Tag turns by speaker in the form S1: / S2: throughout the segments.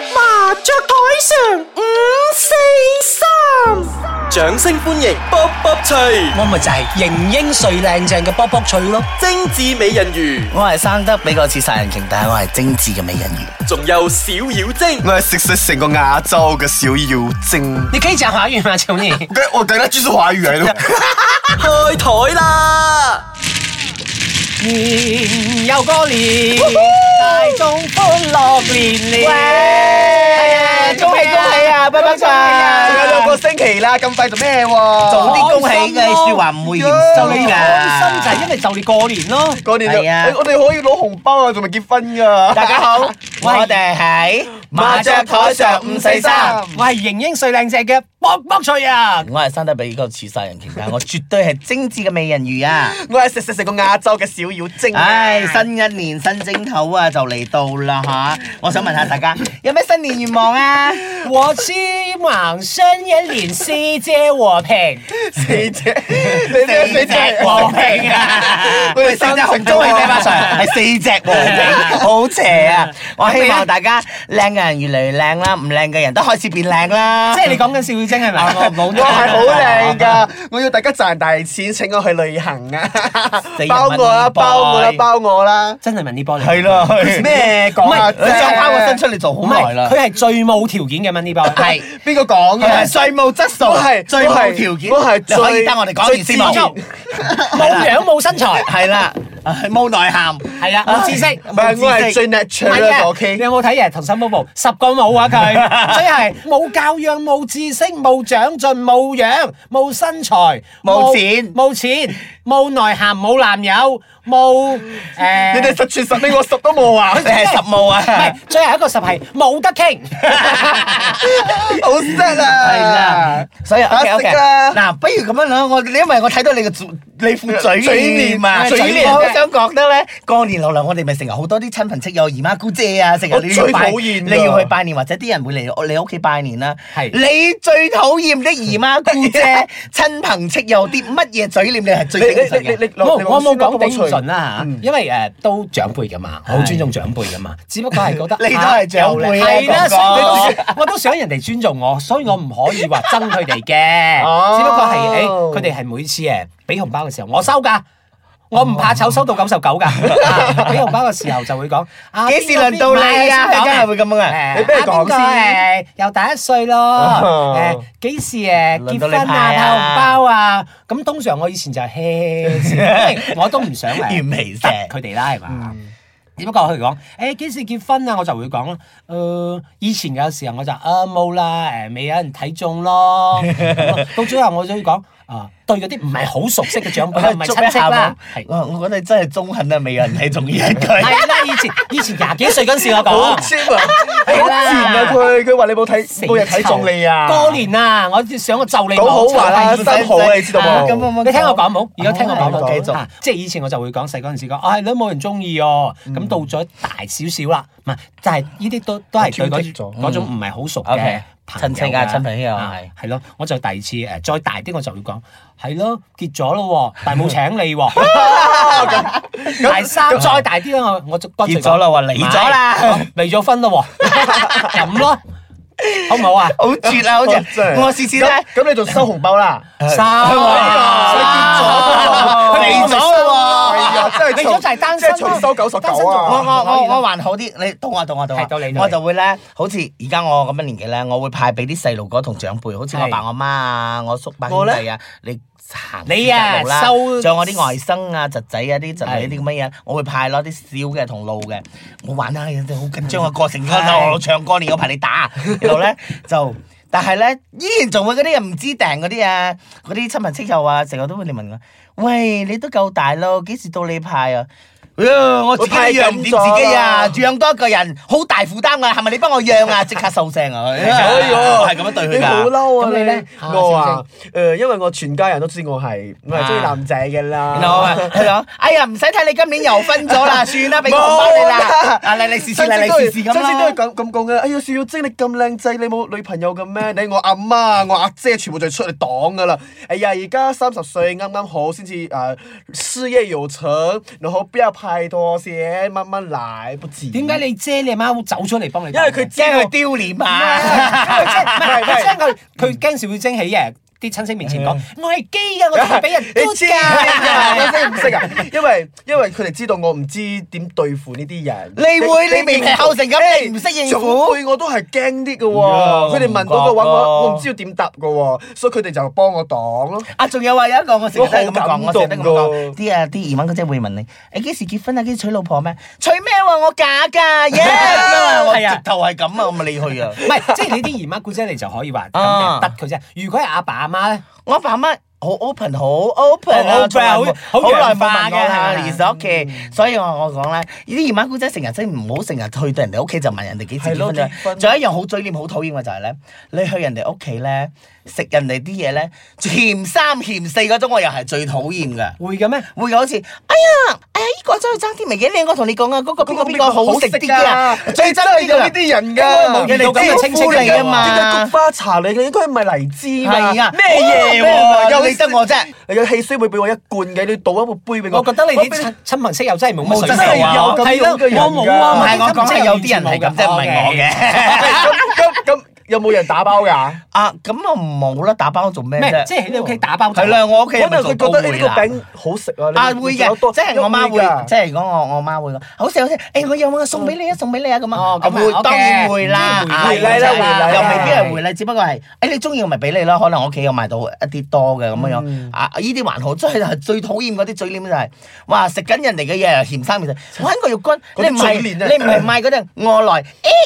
S1: 麻雀台上五四三，掌聲歡迎卜卜脆，
S2: 我咪就係型英帥靚正嘅卜卜脆咯，
S1: 精緻美人魚，
S2: 我係生得比較似殺人鯨，但係我係精緻嘅美人魚。
S1: 仲有小妖精。
S3: 我係食食成個亞洲嘅小妖精。
S2: 你可以講華語嗎，求 你？
S3: 我我等下繼續華語 嚟咯。
S1: 開台啦！
S2: 年又過 年，大眾歡樂年年。喂，恭喜恭喜啊，卜卜脆！
S3: 仲有兩個星期啦，咁快做咩喎？
S2: 早啲恭喜嘅説話唔會嫌
S3: 就
S2: 收
S3: 你
S2: 㗎。
S3: 開心
S2: 就係因為就你過年咯。
S3: 過年就
S2: 係啊
S3: 哎我哋可以攞紅包啊，仲未結婚㗎。
S2: 大家好，我哋喺
S3: 麻雀台上五四三
S2: 我係型英帥靚仔嘅卜卜脆啊！我係生得比較似殺人鯨，但我絕對係精緻嘅美人魚啊！
S3: 我係食食成個亞洲嘅小妖精。
S2: 唉，新一年新征頭啊，就嚟到啦吓！我想問下大家，有咩新年願望啊？我希望新一年世界和平，
S3: 四隻，你哋四隻
S2: 和平啊！
S3: 我哋
S2: 四
S3: 三
S2: 隻
S3: 隻
S2: 紅
S3: 紅
S2: 中
S3: 中
S2: 係四
S3: 係四
S2: 把
S3: 把
S2: 上，係四隻和平，好邪啊！我希望大家靚嘅人越嚟越靚啦，唔靚嘅人都開始變靚啦。
S4: 即係你講緊邵雨晶係咪？
S2: 我冇
S3: 我係好靚㗎，我要大家賺大錢，請我去旅行啊！
S2: 死人
S3: 包我啊，
S2: 問題
S3: 包我啦，包我啦！
S4: 真係問呢波嚟。
S2: 係咯，係
S3: 咩
S2: 唔
S3: 講啊？
S2: 係你想拋個身出嚟做
S4: 唔
S2: 好耐
S4: 係
S2: 啦
S4: 佢。係最冇條件嘅問呢波。
S2: 係
S3: 邊個講
S2: 佢係
S3: 嘅？
S2: 稅務質素
S3: 我係，
S2: 最
S3: 我
S2: 冇
S3: 係
S2: 條件，
S3: 我係
S2: 你可以
S3: 最
S2: 得我哋講完先冇
S3: 最
S4: 知足冇樣冇身材。
S2: 係啦，係冇內涵，係啊，
S4: 冇知識
S3: 唔係我係最
S4: 唔係
S3: natural 嘅
S4: 啊
S3: OK
S4: 你。有冇睇《溏心風暴》？十個冇啊佢，所以係冇教養、冇知識、冇長進、冇樣、冇身材、
S2: 冇錢
S4: 冇錢、冇內涵、冇男友、冇誒。
S3: 你哋十全十美，我十都冇啊！
S2: 你係十冇
S4: 唔係
S2: 啊，
S4: 最後一個十係冇得傾。
S3: 好 sad
S2: 係
S3: 啊
S2: 啦！，所以 OK
S3: 啊食
S2: OK，
S3: 啦
S2: 嗱，不如咁樣啦，我因為我睇到你個嘴，你副嘴
S3: 嘴
S2: 臉啊，
S3: 臉嘴臉
S2: 我好想覺得咧，過年落嚟我哋咪成日好多啲親朋戚友、姨媽姑姐啊，成日
S3: 我
S2: 你要
S3: 最
S2: 拜，
S3: 討厭㗎
S2: 你要去拜年，或者啲人會嚟你屋企拜年啦。
S4: 係
S2: 你最討厭的姨媽姑姐、親朋戚友啲乜嘢嘴臉，你係最
S3: 你
S2: 頂唔
S3: 你
S2: 順
S3: 你你
S2: 嘅。
S3: 你，
S4: 我
S3: 你
S4: 我冇
S3: 先啦
S4: 講
S3: 幫我
S4: 頂唔
S3: 除
S4: 順啦嚇，因為誒都長輩噶嘛，我好尊重長輩噶 嘛，只不過係覺得
S2: 你都係長輩啊
S4: 係啦，
S2: 哥
S4: 所
S2: 哥
S4: 以我都我都想人哋尊重我，所以我唔可以話憎佢哋 嘅，
S3: 哦
S4: 只不過係誒佢哋係每次誒俾紅包嘅時候我收㗎。我唔怕醜，收到九十九 㗎。啊俾紅包嘅時候就會講，啊
S2: 幾時輪到你啊？
S4: 邊個邊個
S2: 佢真係會咁樣啊！
S4: 誒
S3: 你俾佢講先
S4: 啊邊個誒又大一歲咯，誒幾時誒
S2: 輪到
S4: 結
S2: 你
S4: 婚啊
S2: 派
S4: 派
S2: 啊
S4: 紅包啊？咁通常我以前就 hea 先，因為 我都唔想誒
S2: 原味石
S4: 得佢哋啦，係嘛？只不過佢哋講誒幾時結婚啊，我就會講啦。誒以前有時候我就啊冇啦，誒未有人睇中咯。咁到最後我就會講啊對嗰啲唔係好熟悉嘅 長輩，唔係親戚啦，係
S2: 我我覺得真係中肯啊，美人係重要一 句。
S4: 係啦，以前以前廿幾歲嗰陣時我
S3: 好
S4: 講。
S3: cheap 啊！好
S4: 係啦
S3: 賤啊！佢佢話你冇睇冇人睇中你啊！
S4: 過年啊，我想我就你
S3: 講好
S4: 冇
S3: 話啦，
S2: 臭
S3: 新
S2: 屁
S3: 好啊，你知道
S2: 啊咁我
S3: 冇？
S2: 冇
S4: 你聽我講冇？而家聽我講
S2: 好
S4: 冇
S2: 繼續
S4: 啊即係以前我就會講細嗰陣時講，啊係咯，冇人中意哦。
S2: 嗯
S4: 咁到咗大少少啦，唔係，就係呢啲都都係對
S3: 挑剔
S4: 嗰
S2: 啊
S4: 種
S3: 咗
S4: 嗰種唔係好熟
S2: 嗯
S4: 嘅
S2: OK，
S4: 朋友
S2: 親戚啊親朋戚友
S4: 啊
S2: 係
S4: 係咯。我就第二次誒再大啲，我就會講係咯，結咗 咯喎，但係冇請你喎。第三再大啲啦，我我就乾脆
S2: 結咗啦喎
S4: 講
S2: 離咗啦
S4: 唔係離咗婚啦喎， 咁咯，好唔好啊？
S2: 好絕啊！好似
S3: 哦真係
S2: 我試試
S3: 咁
S2: 咧，
S3: 咁你仲收紅包 啦？
S4: 收啊！結咗
S2: 啊佢結咗啦
S3: 哎呀真係
S4: 哦你
S3: 重
S4: 咗就係單身啦
S3: 即係重收99啊
S4: 單身仲
S2: 我
S4: 好
S2: 我
S4: 可以啦
S2: 我我還好啲，你到我到我到我，
S4: 係到你到你
S2: 啊我就會咧，好似而家我咁嘅年紀咧，我會派俾啲細路哥同長輩，好似我
S4: 係
S2: 爸我媽啊，我叔伯兄弟啊，你行
S4: 你啊
S2: 呢條路啦
S4: 收
S2: 仲有我啲外甥啊、侄仔啊、啲侄
S4: 係
S2: 女啲咁嘅嘢，我會派咯啲小嘅同路嘅，我玩下人哋好緊張嘅啊過程，我唱歌你嗰排你打，然後咧就。但係咧，依然仲會嗰啲人唔知定嗰啲啊，嗰啲親朋戚友啊，成日都會嚟問我：，喂，你都夠大咯，幾時到你派啊？哎呀我自己都養唔掂自己啊，
S3: 我派緊咗
S2: 養多一個人好大負擔啊，係咪你幫我養 啊？即刻收聲啊！哎呀
S3: 哎
S2: 我
S3: 呦，
S2: 係咁樣對佢
S3: 你好
S2: 㗎。
S3: 嬲啊！
S4: 咁你咧
S3: 我啊，誒，因為我全家人都知我係我
S4: 啊
S3: 係中意男仔嘅啦。
S2: 然後我話佢講：，哎呀，唔使睇你今年又分咗 啦，算啦，俾個紅包你啦。啊，你你試試，你你試試咁
S3: 真先都係
S2: 啦。
S3: 咁咁講嘅。哎呀，小妖精你咁靚仔，你冇女朋友嘅咩？你我阿媽、我阿姐全部就出嚟擋噶啦。呃哎呀，而家三十歲啱啱好先至誒事業有成，然後不要太多先，乜乜奶不止。
S4: 點解你姐你阿媽會走出嚟幫你
S3: 因
S4: 打？
S3: 為佢
S2: 驚佢丟臉啊！
S4: 唔係，
S3: 唔係，唔係。
S4: 即係佢-佢驚小妖精喺，誒，啲親戚面前講， 我係基㗎，我仲要俾人
S3: 你知
S4: 嘟㗎。
S3: 啊？你識唔識啊？因為因為佢哋知道我唔知點對付呢啲人。
S2: 你會你面皮厚成咁，你唔識應
S3: 總
S2: 付。
S3: 輩我都係驚啲嘅
S2: 呀
S3: 喎，佢哋問到嘅
S2: 我唔覺
S3: 話，
S2: 咯
S3: 我我唔知道點答嘅喎，所以佢哋就幫我擋咯。
S2: 啊，仲有啊，有一個我成日都係咁
S3: 我好
S2: 講，
S3: 感
S2: 我成日都咁
S3: 動
S2: 講。
S3: 㗎
S2: 啲啊啲姨媽嗰姐會問你：你幾時結婚啊？幾時娶老婆咩？娶咩喎？我假㗎， 耶！我
S4: 係啊
S2: 直頭係咁啊，我咪理佢啊。
S4: 唔係，即係你啲姨媽姑姐嚟就可以話，咁就
S2: 啊。
S4: 得佢啫。如果係阿爸阿媽呢？
S2: 我阿爸媽好 open，好 open 啊，
S4: 好 open，
S2: 從來冇
S4: 好
S2: 好耐
S4: 洋
S2: 冇
S4: 化
S2: 問
S4: 嘅
S2: 我
S4: 係
S2: 啦
S4: 嘛，
S2: 其實屋企，所以我我講啦，呢啲姨媽姑姐成日真係唔好成日去到人哋屋企就問人哋幾時
S3: 係
S2: 結
S3: 咯
S2: 婚啫
S3: 結婚
S2: 仲有一樣好嘴臉好討厭嘅就係咧，你去人哋屋企咧食人哋啲嘢咧，嫌三嫌四嗰種我又係最討厭嘅。會有好似，哎呀，哎呀，依個真係爭啲味嘅，你我同你講啊，嗰個邊個邊個好食啲啊，最憎呢
S3: 有呢
S2: 個。
S3: 啲人
S4: 㗎
S3: 㗎，
S2: 人哋招呼你啊嘛
S3: 點解菊花茶嚟嘅？應該唔係荔枝嘛？
S2: 係啊哦
S3: 咩嘢
S2: 哇
S3: 喎？
S2: 有理得我啫！
S3: 你嘅汽水會俾我一罐嘅，你倒一個杯俾我。
S4: 我覺得你啲
S3: 我俾
S4: 親-親朋戚友真係冇乜
S2: 冇
S4: 水
S2: 真係
S4: 平啊。
S3: 有咁
S4: 係咯，
S3: 樣嘅人㗎。
S2: 唔
S4: 我冇啊，
S2: 係我講係有啲人係咁啫，唔係我
S4: 我啲親戚有啲人係咁啫，唔係我嘅。
S2: 嘅。
S3: 咁咁咁有冇人打包㗎？
S2: 啊，咁啊冇啦，打包做咩啫？哦
S4: 咩？即係喺你屋企打包就-啊
S2: 係啦，我屋企
S3: 可
S2: 人咪
S3: 能
S2: 做
S3: 佢
S2: 都
S3: 覺得哎
S2: 會
S3: 呢個
S2: 啦。
S3: 餅好食啊！
S2: 啊會嘅，即係我媽會，即
S3: 係
S2: 係如果我我媽會講，好食好食，誒我有啊，送俾你啊，送俾你啊咁啊
S4: 哦，咁啊
S2: 會
S4: OK，
S2: 當然會啦，
S4: 咁
S3: 回禮啦
S2: 係啊
S3: 回禮
S2: 又
S3: 啦
S2: 未必係回禮，只不過係誒你中意我咪俾你咯，可能我屋企有買到一啲多嘅咁樣樣啊，依啲還好，最係最討厭嗰啲嘴臉就係，哇食緊人哋嘅嘢嫌三嫌四，揾個肉乾，
S3: 嗰啲
S2: 你唔係
S3: 嘴臉啊
S2: 你唔係賣嗰啲外來，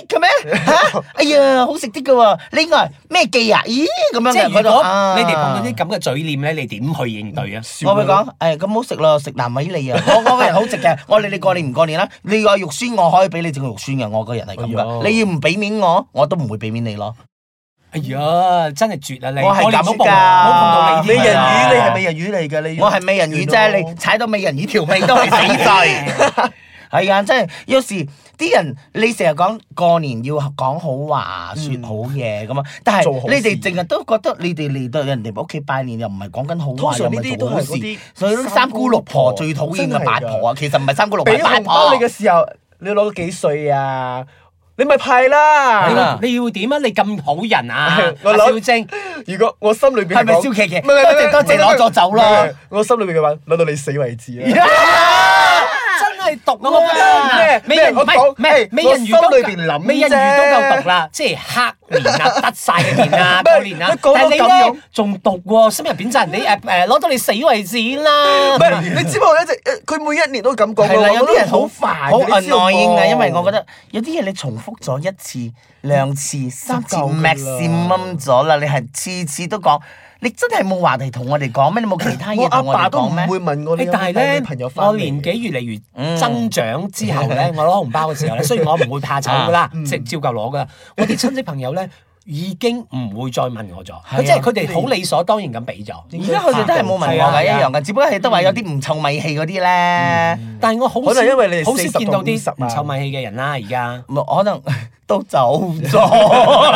S2: 誒咁樣嚇，哎呀好食啲嘅喎，呢個係咩記啊？咦咁樣嘅
S4: 即係如果
S2: 嗰度啊
S3: 嗯
S4: 你哋碰到啲咁嘅嘴臉呢，你點去應對啊？
S2: 我咪講，誒咁好食咯，食南米利啊！我我個人好食 嘅，我理你過年唔過年啦。你話肉酸，我可以俾你整個肉酸嘅，我個人係咁
S4: 哎呦
S2: 噶。你要唔俾面我，我都唔會俾面你咯。
S4: 哎呀，真係絕啊你！
S2: 我係
S4: 哋冇
S2: 咁
S4: 碰
S2: 㗎
S4: 冇碰到你
S3: 美
S4: 啲
S2: 你
S3: 人
S2: 啊
S3: 魚，你係美人魚嚟㗎？你
S2: 我係美人魚
S3: 哎
S2: 啫，你踩到美人魚條尾都係死 罪。係啊，真係有時啲人你成日講過年要講好話、説好嘢咁啊，但係
S3: 做好
S2: 你
S3: 事
S2: 哋淨日都覺得你哋嚟到人哋屋企拜年又唔係講緊好
S3: 通
S2: 話，又
S3: 常
S2: 唔
S3: 呢
S2: 係
S3: 啲
S2: 做
S3: 都
S2: 好
S3: 係
S2: 事
S3: 嗰啲，
S2: 所以三姑六婆最討厭嘅八婆啊，其實唔係三姑六婆，
S3: 俾
S2: 係八
S3: 紅
S2: 婆
S3: 包你嘅時候，你攞到幾歲啊？你咪派啦！
S4: 你
S2: 係啦
S4: 會你要點啊？你咁好人啊，
S3: 我
S4: 阿
S3: 諗
S4: 小晶，
S3: 如果我心裏邊
S2: 係咪
S3: 講
S2: 燒茄茄
S3: 唔係唔係
S2: 多謝多謝
S3: 唔係唔係
S2: 攞咗走啦
S3: 唔係我心裏邊嘅話，攞到你死為止啦。
S4: 真係毒啊！我覺得
S3: 咩
S4: 美人
S3: 咩
S4: 唔係
S3: 我講
S4: 唔係
S3: 咩
S4: 美人魚
S3: 我
S4: 都
S3: 心裏邊諗啫
S4: 美人魚都夠毒啦，即係黑面 啊，得晒嘅面啊，
S3: 咩
S4: 過年啊
S3: 佢，講到
S4: 但係
S3: 咁
S4: 你
S3: 樣
S4: 咧仲毒喎，心入邊就人哋誒誒攞到你死為止啦
S3: 唔。係，你知唔知我一直誒佢每一年都咁講
S2: 係啦，
S3: 嘅，
S2: 有
S3: 我覺
S2: 啲
S3: 得
S2: 人好
S3: 煩嘅，
S2: 好
S3: 你知道
S2: annoying
S3: 冇
S2: 啊，因為我覺得有啲嘢你重複咗一次、兩次、三次
S3: 就夠㗎啦
S2: maximum 咗啦，你係次次都講，你真係冇話題同我哋講咩？你冇其他
S3: 我
S2: 嘢
S3: 阿
S2: 同我
S3: 爸
S2: 哋
S3: 都唔
S2: 講咩？
S3: 會問我你
S4: 誒
S3: 有
S4: 但
S3: 冇
S4: 係
S3: 帶
S4: 咧
S3: 你朋友，翻
S4: 我
S3: 嚟。
S4: 年紀越嚟
S2: 嗯
S4: 越增長之後 咧，我攞紅包嘅時候咧，雖然我唔會怕醜噶啦，
S3: 嗯
S4: 即係照舊攞噶啦。我啲親戚朋友咧已經唔會再問我咗，
S2: 係啊
S4: 佢即係佢哋好理所當然咁俾咗。
S2: 而家佢哋都係冇問
S4: 係
S2: 我
S4: 啊
S2: 㗎，一
S4: 係啊
S2: 樣㗎，只不過係都話有啲唔湊米氣嗰啲咧，
S3: 嗯
S4: 但係我好
S3: 可
S4: 少
S3: 能因為你哋
S4: 好少
S3: 40到啊
S4: 見到啲
S3: 50
S4: 唔臭米氣嘅人啦，而家。
S2: 咪可能 都走咗。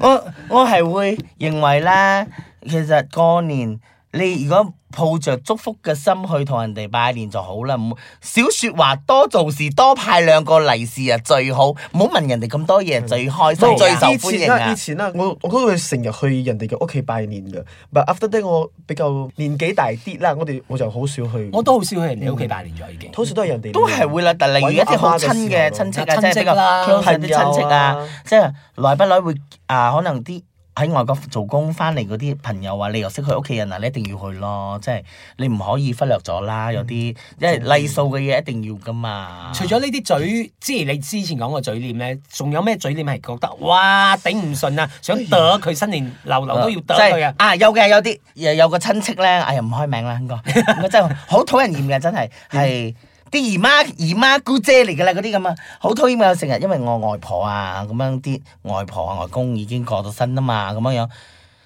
S2: 我我係會認為咧，其實過年你如果抱着祝福嘅心去同人哋拜年就好啦，唔少説話多做事，多派兩個利是啊最好，唔好問人哋咁多嘢最開心、
S4: 冇
S2: 最受
S3: 以
S2: 歡迎
S3: 前啦，
S2: 啊
S3: 以！前啦，我我嗰度成日去人哋嘅屋企拜年嘅，but after that 我比較年紀大啲啦，我哋我就好少去，
S4: 我都好少去人哋屋企拜年咗，已經。
S3: 通常都係人哋
S2: 都係會啦，但例如一啲好親嘅親戚啊，
S4: 親
S2: 即
S4: 戚啦
S2: 係比較 close 啲親戚
S3: 朋友
S2: 啊
S3: 啊，
S2: 即係耐不耐會啊，可能啲喺外國做工翻嚟嗰啲朋友啊，你又識佢屋企人啊，你一定要去咯，即係你唔可以忽略咗啦，有啲因為禮數嘅嘢一定要噶嘛。
S4: 除咗呢啲嘴，即係你之前講個嘴臉咧，仲有咩嘴臉係覺得哇頂唔順啊，想啄佢新年流流都要啄
S2: 即
S4: 佢
S2: 係
S4: 啊！
S2: 啊，有嘅有啲有有個親戚咧，哎呀唔開名 啦，應該應該真係好討人厭嘅，真係
S4: 嗯
S2: 係。啲姨媽姨媽姑姐嚟㗎啦，嗰啲咁啊，好討厭啊！成日因為我外婆啊，咁樣啲外婆啊外公已經過咗身啦嘛，咁樣樣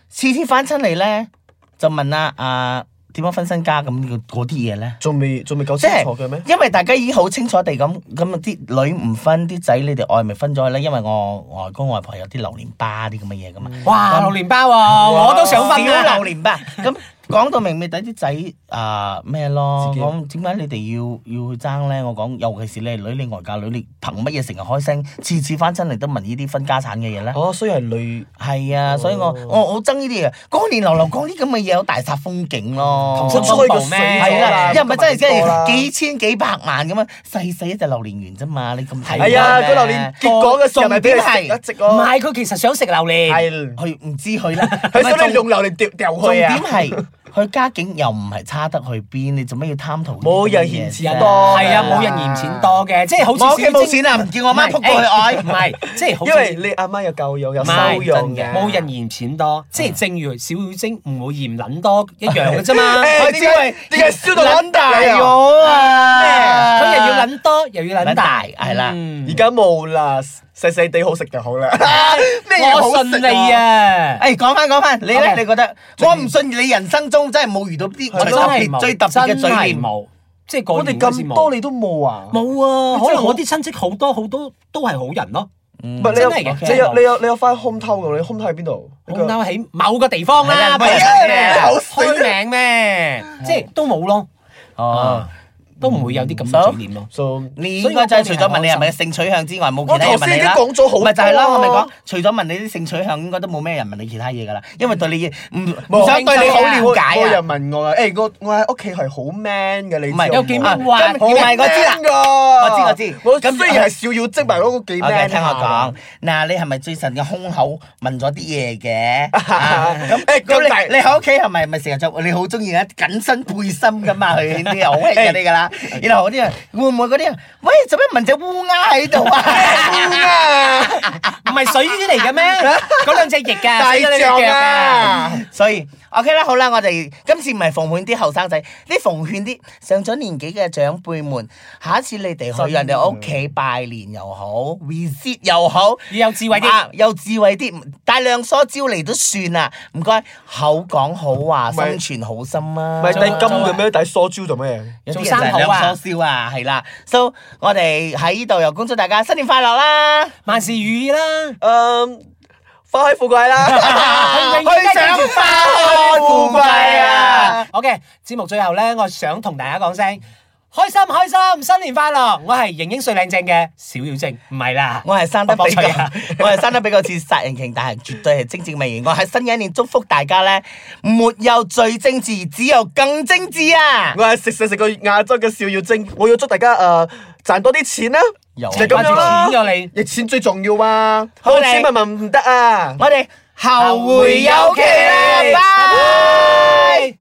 S2: 次次翻親嚟咧，就問啊啊點樣分身家咁嗰嗰啲嘢咧，
S3: 仲未仲未夠
S2: 即
S3: 清楚嘅咩
S2: 係？因為大家已經好清楚地咁咁啊，啲女唔分，啲仔你哋愛咪分咗咧，因為我外公外婆有啲榴蓮巴啲咁嘅嘢噶嘛。
S4: à. Ờ, 哇，榴蓮包啊，我都想分
S2: 小
S4: 啊！
S2: 榴蓮吧。咁講到明咪抵啲仔啊咩咯，
S3: 自己
S2: 講點解你哋要要去爭咧？我講，尤其是你係女，你外嫁女，你憑乜嘢成日開聲，次次翻親嚟都問呢啲分家產嘅嘢咧？
S3: 哦，雖然係女，
S2: 係啊，所以我我我憎呢啲嘢，嗰年流流講啲咁嘅嘢，好大殺風景咯。
S4: 同心
S3: 吹個
S4: 同咩
S2: 係啦，又唔係真係真係幾
S3: 幾？
S2: 千幾百萬咁樣，細細一隻榴蓮園啫嘛，你咁睇
S3: 係啊，
S2: 咩
S3: 個榴蓮結果嘅時候咪俾
S2: 重點
S3: 佢
S2: 係
S3: 食一直咯，
S4: 唔係佢其實想食榴蓮，
S3: 係
S2: 佢唔知佢啦，
S3: 佢
S2: 唔係
S3: 想
S2: 重
S3: 你用榴蓮掉掉
S2: 重
S3: 去
S2: 點
S3: 啊！
S2: 係佢家境又唔係差得去邊，你做咩要貪圖呢啲
S3: 冇人
S2: 嘢
S3: 嫌
S4: Dạ, à
S2: 啫
S3: 錢多
S4: 係啊，冇人嫌錢多嘅，即係好似
S2: 我屋企
S4: 小
S2: 冇
S4: 精
S2: 錢啊，唔叫我媽撲過去愛。
S4: 唔係，即係好似
S3: 因為你阿媽有教養有
S4: 唔
S3: 修
S4: 係
S3: 養
S2: 真
S3: 嘅，
S4: 冇人嫌錢多，即係正如小妖精唔會嫌撚多一樣嘅啫嘛。
S3: 誒
S2: 只
S3: 點解
S2: 係
S3: 點解燒到
S2: 撚
S3: 咁
S2: 大
S3: 大啊？
S2: 咗啊！
S4: 佢又要撚多，又要
S2: 撚
S4: 撚
S2: 大
S4: 大，
S2: 係啦
S4: 嗯
S3: 而家冇啦，細細地好食就好啦。咩嘢
S4: 我
S3: 好
S4: 信
S3: 食
S4: 你！
S2: à.
S4: 啊！
S2: 誒講翻講翻，你咧
S4: OK
S2: 你覺得我唔信你人生中真係冇遇到啲我哋
S4: 真
S2: 特
S4: 係
S2: 別
S4: 冇
S2: 最特別嘅
S4: 真
S2: 嘴
S4: 係
S2: 臉，
S4: 冇，即係過
S3: 我哋
S4: 年嗰時
S3: 咁
S4: 冇
S3: 多你都冇啊？
S4: 冇啊！
S3: 你真係
S4: 可能
S3: 好
S4: 我啲親戚好多好多都係好人咯，
S3: 唔係你有
S4: 真係嘅
S3: 你有你有你有翻空偷㗎？你空偷喺邊度？
S4: 好嬲喺某個地方啦，開
S2: 係啦
S4: 名
S2: 係
S4: 咩
S2: 啦
S3: 好死啊
S4: 開名咩？即係都冇咯，
S2: 哦。
S4: 都唔會有啲咁嘅嘴臉咯。
S3: So
S2: 你應該就係除咗問你係咪性取向之外，冇其他嘢
S3: 我頭
S2: 問
S3: 先
S2: 你
S3: 已經
S2: 啦。
S3: 講咗好多
S2: 咪就係啦，我咪講，除咗問你啲性取向，應該都冇咩人問你其他嘢噶啦，因為對你唔唔想對你好了解
S3: 冇
S2: 啊
S3: 人。問我啊！誒，我我喺屋企係好 man 嘅，你知
S2: 唔係
S3: 我
S4: 有幾
S3: 冇
S4: man
S3: 啊
S4: 話
S2: 唔係我知啦
S3: 好 man 㗎
S2: 我知我知
S3: 我
S2: 咁
S3: 雖然係少要積埋嗰個幾
S2: O.K.
S3: man，
S2: 聽我 講，嗱，你係咪最近嘅胸口問咗啲嘢嘅？啊咁
S3: 誒咁大
S2: 咁你你喺屋企係咪咪成日着？你好中意啊緊身背心噶嘛？佢啲好興嗰啲噶啦。然後嗰啲人會唔會嗰啲人？喂，做咩問只烏鴉喺度 啊？
S4: 唔係水魚嚟嘅咩？嗰兩隻翼㗎，
S3: 大
S4: 死咗你隻腳
S3: 象啊！
S2: 所以 OK 啦，好啦，我哋今次唔係奉勸啲後生仔，啲奉勸啲上咗年紀嘅長輩們，下一次你哋去人哋屋企拜年又好，visit 又好，
S4: 要有智慧啲
S2: 啊嗯有智慧啲，帶兩梳蕉嚟都算啦。唔該，口講好話，
S3: 咪
S2: 心存好心啊。
S3: 唔係
S4: 但
S3: 戴金嘅咩？戴梳蕉做咩？
S2: 有啲
S4: 做
S2: 人就
S4: 生
S2: 係
S4: 蠔啊
S2: 兩梳蕉啊，係啦。So 我哋喺呢度又恭祝大家新年快樂啦！
S4: 萬事如意 啦！
S3: 誒，花開 富貴啦！
S4: 去上
S3: 花開富貴啊！
S4: ！OK，節目最後咧，我想同大家講聲開心開心，新年快樂！我係型英帥靚正嘅小妖精，唔係啦，
S2: 我係生得比較
S4: 我博取啊，
S2: 我係生得比較似殺人鯨，但係絕對係精緻美人。我喺新嘅一年祝福大家咧，沒有最精緻，只有更精緻啊！
S3: 我係食食食個亞洲嘅笑要精，我要祝大家誒賺多啲錢啦，
S2: 有
S3: 就
S2: 啊
S3: 係咁樣啦
S4: 賺錢㗎你，
S3: 亦錢最重要啊！
S2: 好
S3: 冇
S2: 你
S3: 錢咪問唔得啊！
S2: 我哋後會有期啦，拜拜。